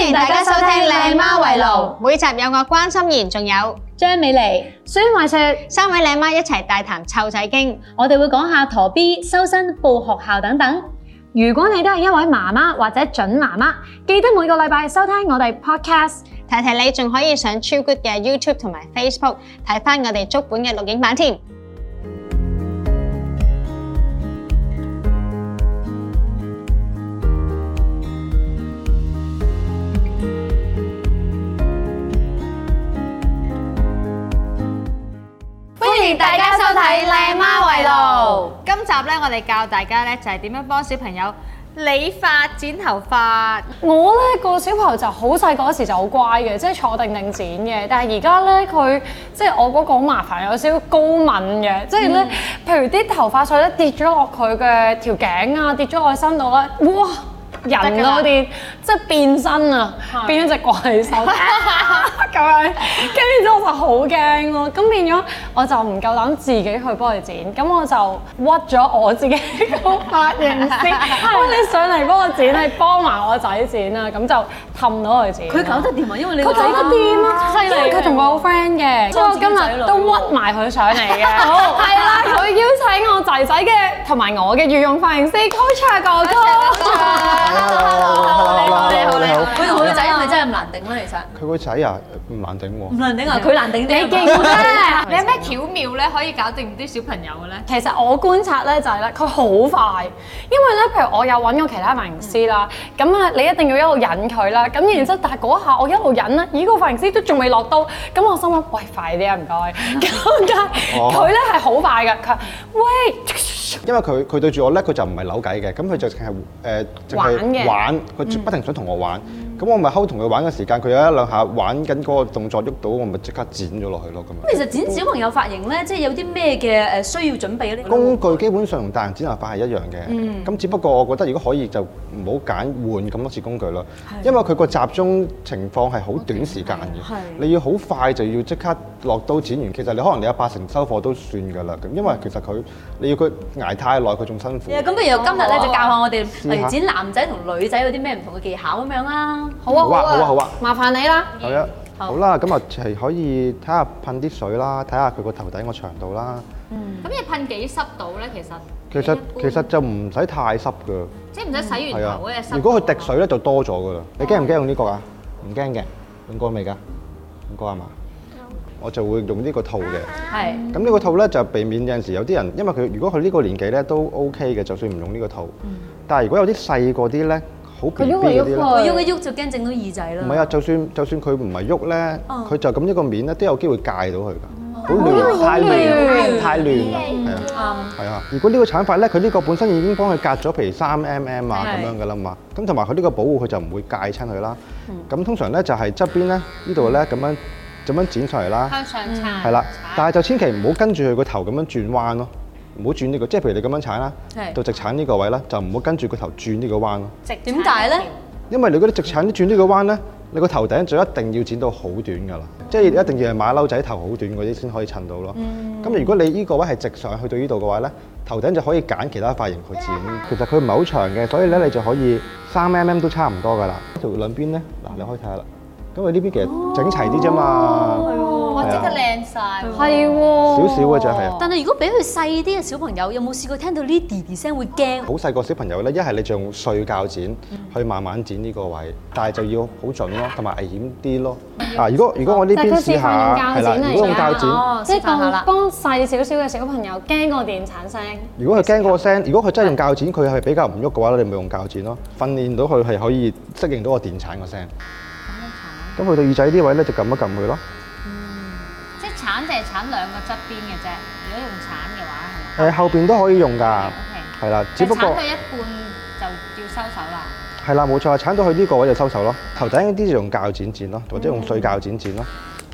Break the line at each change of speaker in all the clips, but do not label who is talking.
迎大家收聽《靚媽圍爐》，
每集有我關心妍，仲有
張美妮、
孫慧雪三位靚媽一齊大談湊仔經。
我哋會講下陀 B、修身、報學校等等。
如果你都係一位媽媽或者準媽媽，記得每個禮拜收聽我哋 podcast。
提提你仲可以上超 good 嘅 YouTube 同埋 Facebook 睇翻我哋足本嘅錄影版添。
歡迎大家收睇《靚媽圍爐》。
今集咧，我哋教大家咧就係點樣幫小朋友理髮、剪頭髮。
我呢個小朋友就好細個嗰時就好乖嘅，即係坐定定剪嘅。但係而家呢，佢即係我嗰個好麻煩，有少少高敏嘅，即係呢，譬如啲頭髮碎咧跌咗落佢嘅條頸啊，跌咗落佢身度啦，哇！人多啲，即係變身啊，變咗隻怪獸咁樣，跟住之後我就好驚咯。咁變咗我就唔夠膽自己去幫佢剪，咁我就屈咗我自己個髮 型師，喂你上嚟幫我剪，你幫埋我仔剪啦，咁就氹到佢剪。
佢搞得掂啊，因為你
佢睇得掂啊，犀利！佢同我好 friend 嘅，所以我今日都屈埋佢上嚟 嘅。係啦，佢邀請我仔仔嘅同埋我嘅御用髮型師 Coach 哥哥。
Hello，你好，你好。
佢同佢仔係咪真係唔難頂咧？其實
佢個仔啊，唔難頂
唔
嗯
喎。
難頂啊，佢難頂啲。
你勁啫！
你有咩巧妙咧可以搞掂啲小朋友嘅咧？
其實我觀察咧就係咧，佢好快，因為咧，譬如我有揾過其他髮型師啦，咁啊，你一定要一路引佢啦，咁然之後，但係嗰下我一路引啦，咦，個髮型師都仲未落刀，咁我心諗，喂，快啲啊，唔該，咁但
哦
係佢咧係好快嘅，佢話喂，
因為佢佢對住我叻，佢就唔係扭計嘅，咁佢就淨係誒淨
玩嘅
係玩，
嗯
佢不停想同我玩。咁我咪睺同佢玩嘅時間，佢有一兩下玩緊嗰個動作喐到，我咪即刻剪咗落去咯
咁
咁
其
樣。
實剪小朋友髮型咧，即係有啲咩嘅誒需要準備咧？
工具基本上同大人剪頭髮係一樣嘅，咁只不過我覺得如果可以就唔好揀換咁多次工具啦，因為佢個集中情況係好短時間
係
嘅，你要好快就要即刻落刀剪完。其實你可能你有八成收貨都算㗎啦，咁因為其實佢你要佢捱太耐，佢仲辛苦。
啊咁不如今日咧就教下我哋，
下
例如剪男仔同女仔有啲咩唔同嘅技巧咁樣啦。
好啊
好啊好啊好啊
麻煩你啦，
係啊，
好
好啦，咁啊係可以睇下噴啲水啦，睇下佢個頭頂個長度啦。
咁你噴幾濕到咧？其實
其實
一般
其實就唔使太濕㗎，
即係唔使洗
係
完
啊
頭嘅濕。。
如果佢滴水咧就多咗㗎啦。你驚唔驚用呢個啊？唔驚嘅，用過未㗎？用過係嘛？我就會用呢個套嘅。
係
咁呢個套咧就避免有陣時有啲人，因為佢如果佢呢個年紀咧都 OK 嘅，就算唔用呢個套。但係如果有啲細個啲咧，好 B B
喐嚟
嗰
佢
啲咧。
喐去，
哦喐一喐就驚整到耳仔啦。
唔係啊，就算就算佢唔係喐咧，
嗯
佢就咁一個面咧，都有機會戒到佢㗎。好
哦
亂，太
亂
亂，太亂啦，係啊。
啱。
係啊，如果呢個產法咧，佢呢個本身已經幫佢隔咗譬如三 mm 啊
係
咁樣噶啦嘛，咁同埋佢呢個保護佢就唔會戒親佢啦。咁通常咧就係側邊咧呢度咧咁樣咁樣剪上嚟啦，
向上撐。
係啦，但係就千祈唔好跟住佢個頭咁樣轉彎咯，唔好轉呢個，即係譬如你咁樣鏟啦
係，
到直鏟呢個位啦，就唔好跟住個頭轉呢個彎咯，
直
點解咧？
因為你嗰啲直鏟啲轉呢個彎咧，你個頭頂就一定要剪到好短噶啦，即係一定要係馬騮仔頭好短嗰啲先可以襯到咯。咁如果你呢個位係直上去到呢度嘅話咧，頭頂就可以揀其他髮型去剪。其實佢唔係好長嘅，所以咧你就可以三 mm 都差唔多噶啦。條兩邊咧，嗱你可以睇下啦。咁佢呢邊其實整齊啲啫
哦
嘛，
哇！
係啊
即刻靚晒。
係喎，
少少嘅就係啊。
但係如果俾佢細啲嘅小朋友，有冇試過聽到呢啲啲聲會驚？
好細個小朋友咧，一係你就用碎鉸剪
嗯
去慢慢剪呢個位，但係就要好準咯，同埋危險啲咯。啊，如果如果我呢
嗯哦
邊
但係佢
試
示範用
下，
鉸
係啦
剪，嚟啊
如果
㗎
用鉸剪。
哦
即係
示範下
幫
啦
幫細少少嘅小朋友驚個電產聲，
如果佢驚嗰個聲，如果佢真係用鉸剪，佢係比較唔喐嘅話咧，你咪用鉸剪咯。訓練到佢係可以適應到個電鏟個聲。
哦
咁去到耳仔呢位咧，就撳一撳佢咯。
即係剷就係剷兩個側邊嘅啫。如果用剷嘅話係嘛？
誒、後邊都可以用㗎，
OK
係啦，啊只不
就剷
過
佢一半就要收手啦。
係啦，冇錯，鏟到佢呢個位就收手咯。頭頂嗰啲就用鉸剪剪咯，或者用碎鉸剪剪咯。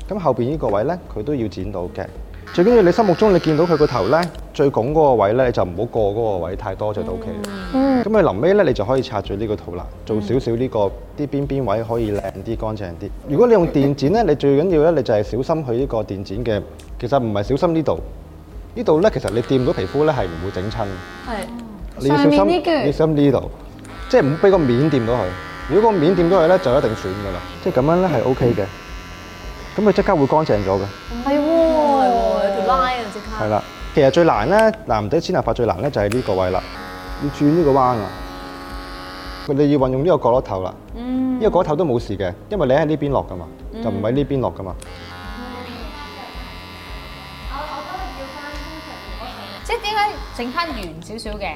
咁後邊呢個位咧，佢都要剪到嘅。最緊要你心目中你見到佢個頭咧最拱嗰個位咧，你就唔好過嗰個位太多就到期啦。
嗯，
咁佢臨尾咧，你就可以拆咗呢個套啦，做少少呢個啲邊邊位可以靚啲、乾淨啲。如果你用電剪咧，你最緊要咧，你就係小心佢呢個電剪嘅，其實唔係小心呢度，呢度咧其實你掂到皮膚咧係唔會整親，
係
你要
上面
小心，
呢橛
你要小心呢度，即係唔好俾個面掂到佢。如果個面掂到佢咧，就一定損㗎啦。即係咁樣咧係 OK 嘅，咁佢即刻會乾淨咗嘅。
係
哦
喎，
條拉啊，即刻
係啦，其實最難咧，男仔剪頭髮最難咧就係呢個位啦，要轉呢個彎啊。你要運用呢個角落頭啦，
嗯
呢、個角落頭都冇事嘅，因為你喺呢邊落噶嘛，就唔喺呢邊落噶嘛。
即係點解整翻圓少少嘅，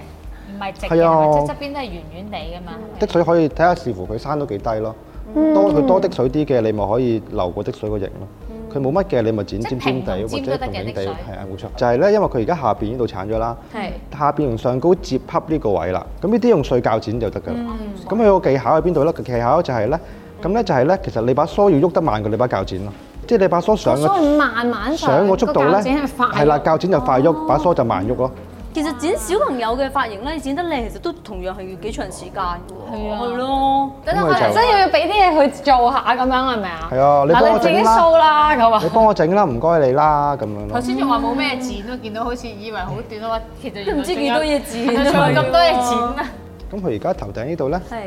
唔係直嘅，
係啊
係咪即係側邊都係圓圓地噶嘛？
滴水可以睇下視乎佢生到幾低咯，多佢多滴水啲嘅，你咪可以留個滴水個型咯。佢冇乜嘅，你咪剪尖尖地
即
或
係平同尖
者
都得
平
嘅
平
滴
地，
水
係啊冇錯。就係咧，因為佢而家下邊呢度剷咗啦，
係
下邊用上高接洽呢個位啦。咁呢啲用碎鉸剪就得㗎啦。咁佢個技巧喺邊度咧？個技巧就係咧，咁咧就係咧，其實你把梳要喐得慢過你把鉸剪咯，即係你把梳上
所
個
以慢慢上，
上個速度
個
咧，
鉸剪係快，
係啦，，鉸剪就快喐，把梳就慢喐咯。
其實剪小朋友嘅髮型咧，剪得靚，其實都同樣係要幾長時間㗎喎。係
啊
係咯。
等
咁
等
佢
可
就
能
即係要俾啲嘢佢做下咁樣係咪啊？
係啊你幫
嗱
我
你自己
整啦
show 啦咁啊
你。幫我整啦，唔該你啦，咁樣咯
頭。先仲話冇咩剪咯，見到好似以為好短咯，其實
都唔知幾多嘢剪
仲有咁多嘢剪 啊！
咁佢而家頭頂呢度咧
係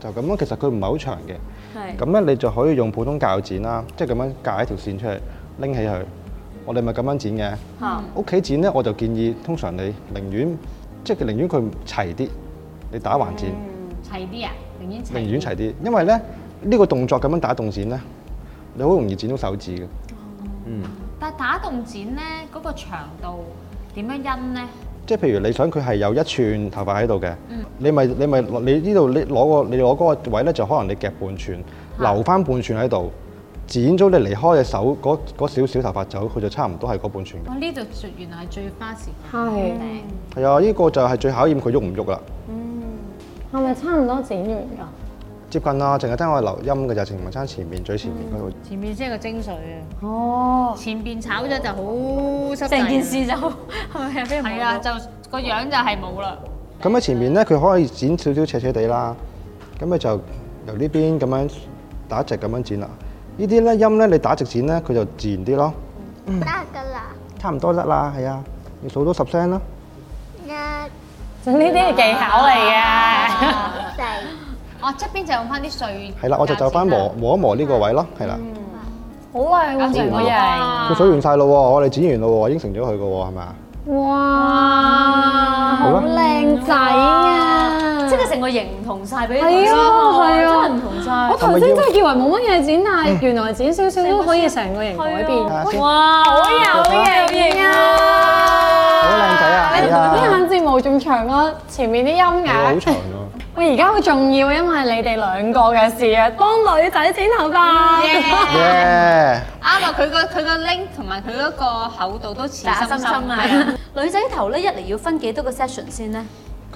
就咁咯，其實佢唔係好長嘅。
係。
咁咧你就可以用普通鉸剪啦，即係咁樣界一條線出嚟，拎起佢。我哋咪咁樣剪嘅。
嚇
屋企剪咧，我就建議通常你寧願即係寧願佢齊啲，你打橫剪，
齊啲啊，寧願齊
寧
啲
願齊啲，因為咧呢、個動作咁樣打動剪咧，你好容易剪到手指嘅。嗯，
但係打洞剪咧，嗰、個長度點樣因咧？
即係譬如你想佢係有一寸頭髮喺度嘅，
嗯
你咪你咪攞你呢度你攞個你攞嗰個位咧，就可能你夾半寸，留翻半寸喺度，剪咗你離開隻手嗰嗰少少頭髮走，佢就差唔多係嗰半寸嘅。
哇！哦呢度最原來係最花時間。
係，
係啊，呢、個就係最考驗佢喐唔喐啦。
嗯係咪差唔多剪完㗎？
接近啦，淨係得我留音嘅就係程文山前面最前面嗰度。
前面先係個精髓啊！
哦，
前邊炒咗就好濕滯啊
成件事就 係咪啊？俾人
係
望
啊，
到
就個樣就係冇啦。
咁喺前面咧，佢可以剪少少斜斜地啦。咁你就由呢邊咁樣打直咁樣剪啦。呢啲咧音咧，你打直剪咧，佢就自然啲咯。
得噶啦，
差唔多甩啦，係啊，要數到十聲啦。
一、
呢啲係技巧嚟嘅。
啊
四。
哦，側邊就用翻啲碎。
係啦，我就就翻磨。磨一磨呢個位咯，係啦。
好靚喎成個型，
佢水完晒咯喎，我哋剪完咯喎，應承咗佢嘅喎，係咪啊？
哇，
好
好
啦
靚仔啊！
即係成個型唔同晒俾你睇
係
先
啊係啊
真係唔同晒
我。頭先真係以為冇乜嘢剪，但係原來剪少少都可以成個型改變。
睇下先
哇！好
有型啊！
好靚仔啊！係
啲
啊，
眼睫毛仲長過前面啲音
係啊好
眼。
長 啊！
喂，而家好重要，因為你哋兩個嘅事啊，幫女仔剪頭髮。
耶！
啱啊！佢個佢個 link 同埋佢嗰個厚度都似心
打心
心
心啊！女仔頭咧，一嚟要分幾多個 session 先咧？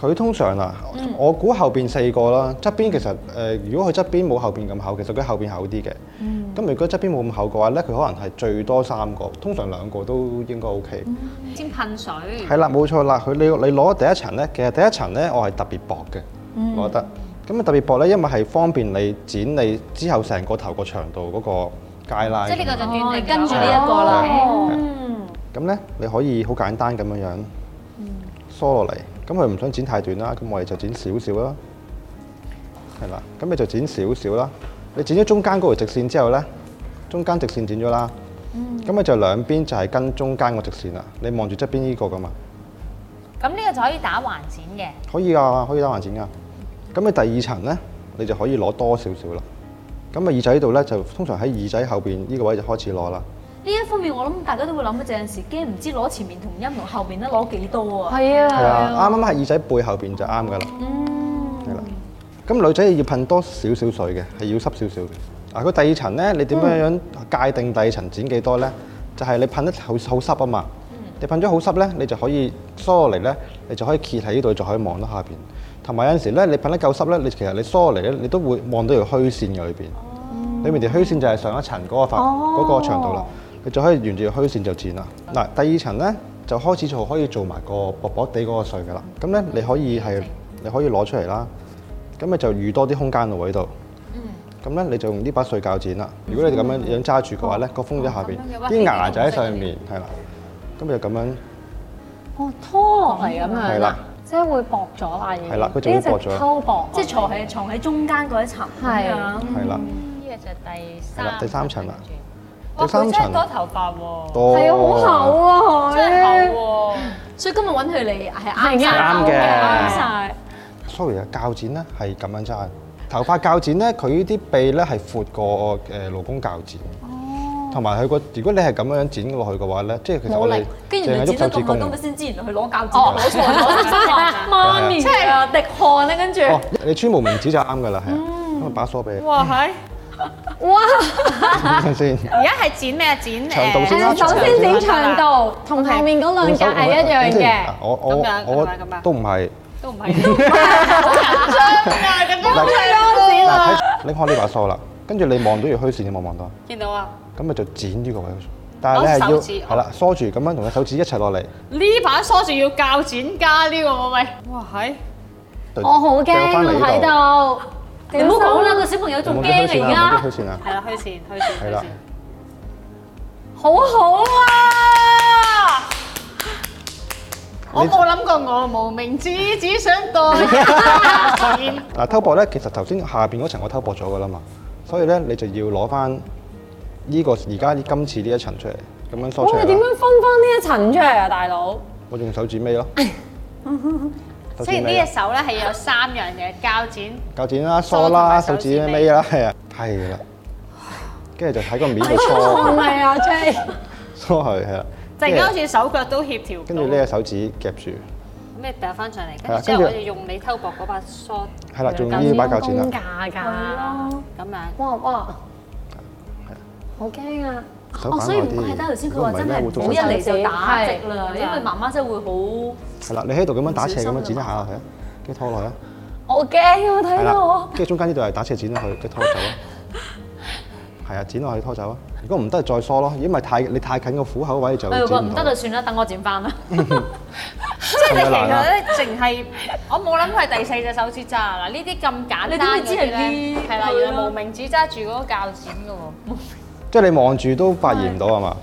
佢通常啊，
嗯
我估後邊四個啦，側邊其實誒、呃如果佢側邊冇後邊咁厚，其實佢後邊厚啲嘅。咁、
嗯
如果側邊冇咁厚嘅話咧，佢可能係最多三個，通常兩個都應該 OK。
先嗯噴水。
係啦、冇錯啦，佢你你攞第一層咧，其實第一層咧我係特別薄嘅，
嗯
我覺得。咁啊特別薄咧，因為係方便你剪你之後成個頭個長度嗰個界拉。
即係呢個就斷
哦
定
跟住呢一個啦嗯
咁咧，你可以好簡單咁樣樣
嗯
梳落嚟。咁佢唔想剪太短啦，咁我哋就剪少少啦。係啦，咁你就剪少少啦。你剪咗中間嗰條直線之後咧，中間直線剪咗啦。
嗯
咁你就兩邊就係跟中間個直線啦。你望住側邊呢個噶嘛？
咁呢個就可以打橫剪嘅。
可以啊，可以打橫剪噶。咁你第二層咧，你就可以攞多少少啦。咁啊耳仔呢度咧，就通常喺耳仔後邊呢個位就開始攞啦。
呢一方面我諗大家都會諗，有陣時驚唔知攞前面同音同後面咧攞幾多啊？
係
係
啊，
啊，啱啱喺耳仔背後邊就啱噶啦。係啦。咁女仔要噴多少少水嘅，係要濕少少嘅。嗱，佢第二層咧，你點樣樣界定第二層剪幾多咧？就係、你噴得好好濕啊嘛。你噴咗好濕咧，你就可以梳落嚟咧，你就可以揭喺呢度，就可以望到下邊。同埋有陣時咧，你噴得夠濕咧，你其實你梳落嚟咧，你都會望到條虛線嘅裏邊。裏面條虛線就係上一層嗰個髮嗰、個長度啦，你就可以沿住條虛線就剪啦。嗱，第二層咧就開始做可以做埋個薄薄地嗰個碎噶啦。咁咧你可以係你可以攞出嚟啦，咁咪就預多啲空間咯喺度。咁咧你就用呢把碎鉸剪啦。如果你咁樣樣揸住嘅話咧，個風喺下邊，啲牙就喺上面，係啦。咁就咁樣
哦，拖落嚟咁樣。
係啦。
即
即係會薄咗啦，已經
係啦佢就會薄咗
呢隻偷薄，
即係坐喺藏喺中間嗰一層咁
係
樣。
係啦，
呢個就係第
係啦
三
第三層啦
哇
第三
佢真係
層
多頭髮喎，
多
係啊，好厚啊，
真係
厚。
厚喎。
所以今日揾佢嚟係啱
係
晒
啱嘅
啱晒。
sorry 啊，鉸剪咧係咁樣揸嘅。頭髮鉸剪咧，佢啲臂咧係闊過誒勞工鉸剪。同埋佢個，如果你係咁樣剪落去嘅話咧，即係其實我哋
跟住原來剪
淨係
得
喐手
咁
指公
耐，
嘅
今日先知原來佢攞鉸剪，
哦
攞 錯攞錯，媽咪
咪
啊，滴汗啊，跟住
哦，你穿無名指就啱㗎啦，係啊。咁啊把梳俾你，
哇係，
等陣先。
而家係剪咩啊？剪
長度先啦
誒，首先整長 度同後面嗰兩格係一樣
等陣先
嘅
啊。我我
咁樣
我
咁樣咁樣
都唔係。
都唔係，都唔係 好緊張啊！咁樣
嗱，睇拎開呢把梳啦，跟住你望到條虛線，你望唔望到啊？
見到啊？
咁咪就剪呢個位。但係你係
手
要
指
係啦，梳住咁樣同隻手指一齊落嚟，
呢把梳住要鉸剪加呢個喎喂，哇係，
就
我好驚
掟返嚟
啊！
呢度
睇到，
你唔好講啦，個小朋友仲
望
驚
到啲虛
啊
線
而家
啦，望到。啲虛線啦，
係啦，虛線虛線
係
虛
啦
線。。
好好啊！
啊！我
你
冇諗過，我無名指只想代言。
嗱，啊偷薄咧，其實頭先下邊嗰層我偷薄咗噶啦嘛，所以咧你就要攞翻呢個而家今次呢一層出嚟，咁樣梳出
我
哦
哋
嚟
點
啊
樣
啦。
分翻呢一層出嚟啊，大佬？
我用手指尾 咯，手
雖
指
然
尾
呢隻手咧係有三樣嘢，膠剪、
鉸剪啦、
梳
梳
同埋
啦、
手
手
指
指
尾
尾啦，係啊，係啦，跟住就喺 個面度
唔
梳
哎
係啊，J，
梳佢係啦，
陣
跟
間好
住
似手腳都協調唔到。
跟住呢隻手指夾住，
咩掉翻上嚟，
係
跟
啦
住之後
跟住
我哋用你偷薄嗰把梳
係啦，仲要呢把鉸剪啦，
價㗎。
咁樣。
哇哇！好驚啊！
手
哦，
反
所以
開
唔
啲。
怪得頭先佢
如果
話
唔係
真
咧
係
會
唔
做
好一
手指
嚟就打直啦，
真係
因為媽媽真係會好。
係啦，你喺度咁樣打斜咁
唔小心
樣
㗎
剪一下落去啊，跟住拖落去啊，
我驚啊！
係
睇到
啦
我，
跟住中間呢度係打斜剪落去，跟住拖走啊，係啊，剪落去拖走啊。如果唔得就再梳咯，因為太你太近個虎口位就
佢
剪
話
唔
唔得
到，
就算啦，哎等我剪翻啦。
即係你
咁就
其
難
實
啦。
咧，淨係我冇諗佢係第四隻手指揸啊嗱，呢啲咁簡單嗰
你
啲
點會知係呢
咧，係啦，
係咯
原來無名指揸住嗰個鉸剪嘅喎，
即係你望住都發現唔到係啊嘛？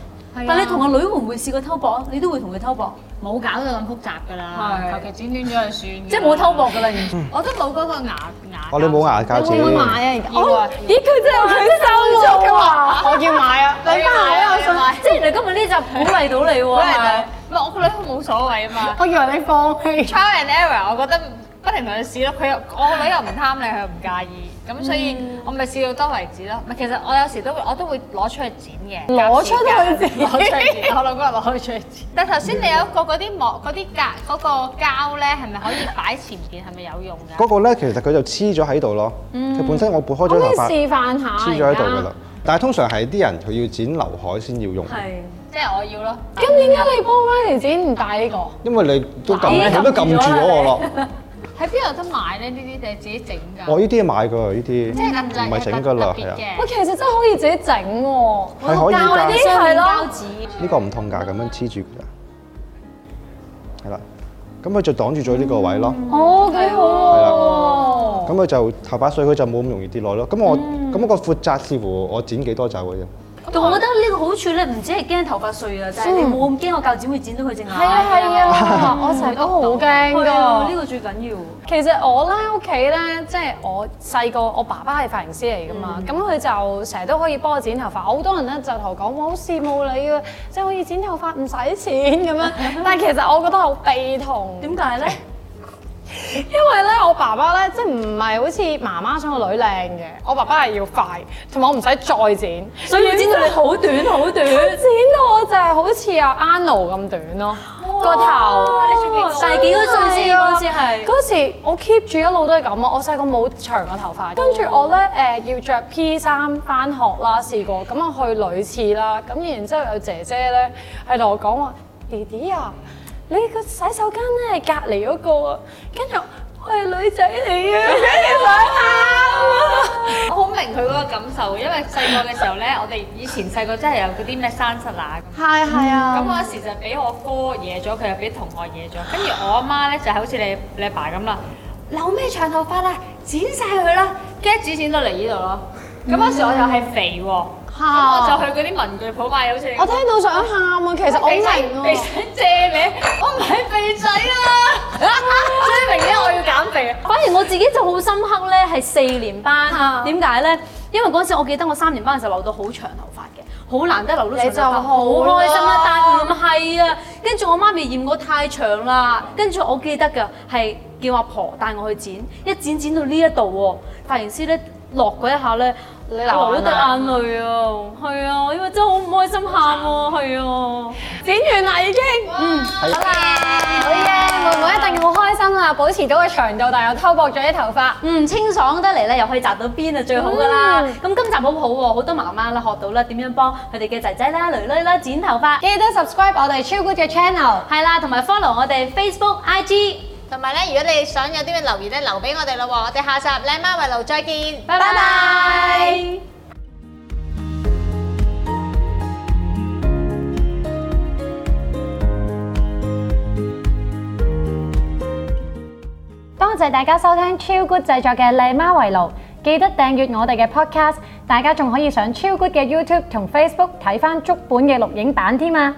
但係你啊同阿女會唔會試過偷薄？你都會同佢偷薄，
冇搞到咁複雜㗎啦，
係
啊求其剪短咗就算㗎啦。
即係冇偷薄㗎啦。完全
我都冇嗰個牙牙。
哦，你冇牙膠
我買
紙，
啊！而家
要啊
咦，佢真係佢收我啊！
我要買 啊！你買啊！我想買。
即係你今日呢集鼓勵到你喎， 係
啊
咪
唔係我啊個女好冇所謂啊嘛
我以為你放棄。
，trial and error，我覺得不停同佢試咯。佢又我個女又唔貪靚，佢又唔介意，咁所以
嗯
我咪試到多為止咯。咪其實我有時都會我都會攞出去剪嘅，
攞出去剪
攞出去剪。我老公係攞 出去剪。但頭先你有一個嗰啲膜嗰啲隔嗰個膠咧，係咪可以擺前邊？係咪有用㗎？
嗰個咧其實佢就黐咗喺度咯。佢本身我撥開
可
咗
唔
頭
可以
髮，
示範下？
黐咗喺度㗎啦。。但係通常係啲人佢要剪劉海先要用，
係。
即係我要咯。
咁點解你幫 Riley 剪唔戴呢個？
因為你都撳，
咦
你都撳住咗我咯。
喺邊有得買咧？呢啲定係自己整㗎？
我呢啲買㗎，呢啲
即係特別
唔係整㗎啦，
特
係
別
啊，
嘅
喂，其實真係可以自己整喎。
係可以
呢
㗎。
啲係咯，
呢個唔痛㗎，咁樣黐住㗎，係啦。咁佢就擋住咗呢個位咯。
哦，幾好
咁佢就頭髮碎，佢就冇咁容易跌落咯。咁我咁個闊窄視乎我剪幾多走嘅啫。
但我覺得呢個好處咧，唔止係驚頭髮碎啊，就係你冇咁驚個鉸剪會剪到佢隻眼。
喎。係啊係啊， 我成日都好驚
係啊，
㗎
呢。個最緊要。
其實我咧屋企咧，即係我細個，我爸爸係髮型師嚟噶嘛，咁佢、就成日都可以幫我剪頭髮。好多人咧就同我講，我好羨慕你啊，即係可以剪頭髮唔使錢咁 樣。但係其實我覺得好悲痛，
點 解咧？
因為咧我爸爸咧即係唔係好似媽媽想個女靚嘅，我爸爸係要快，同埋我唔使再剪，
所以要知道你好短好短。
剪到我就係好似阿 Anno 咁短咯，個頭。
大幾多歲先嗰陣時係？
哦嗰時我 keep 住一路都係咁啊！我細個冇長嘅頭髮，跟住我咧誒、要着 P 衫翻學啦，試過咁啊去女廁啦，咁然之後有姐姐咧係同我講話：弟弟啊，你個洗手間咧係隔離嗰個啊，跟住我我係女仔嚟 啊，跟住想喊啊！
我 好明佢嗰個感受，因為細個嘅時候咧，我哋以前細個真係有嗰啲咩生塞乸咁。
係係
咁
啊，
嗰時就俾我哥惹咗，佢又俾同學惹咗，跟住我阿媽咧就係好似你你阿爸咁啦，留咩長頭髮啊，剪晒佢啦，跟住剪剪到嚟呢度咯。咁嗰時我又係肥喎，咁我
喊。
就去嗰啲文具鋪買，好似你
嗯我聽到想喊啊，其實我
肥仔
明
肥
啊
仔。借你，我唔係肥仔 啊！所以明年我要減肥啊！
反而我自己就好深刻咧，係四年班
啊
點解咧？因為嗰陣時我記得我三年班嘅時候留到好長頭髮嘅，好難得留到長頭髮，
你就
好
好啦
開心啦。但唔係啊，跟住我媽咪嫌我太長啦，跟住我記得㗎係叫阿婆帶我去剪，一剪剪到呢一度喎，髮型師咧落嗰一下咧。
你
流
流
咗
眼
滴
淚
眼淚啊，係啊，因為真係好唔開心喊喎，係啊，
剪完啦已經，嗯，好啦，好嘢，妹妹一定好開心啦，保持到個長度，但又偷薄咗啲頭髮。
嗯，清爽得嚟咧，又可以摘到邊啊，最好噶啦。咁、今集好好喎，好多媽媽啦學到啦點樣幫佢哋嘅仔仔啦、女女啦剪頭髮，
記得 subscribe 我哋超 good 嘅 channel。
係啦，同埋 follow 我哋 Facebook、IG，
同埋咧，如果你想有啲咩留言咧，留俾我哋咯喎，我哋下集靚媽圍爐再見，
拜拜。
多謝大家收聽超 good 製作嘅《靚媽圍爐》，記得訂閱我哋嘅 podcast，大家仲可以上超 good 嘅 YouTube 同 Facebook 睇翻足本嘅錄影版添啊！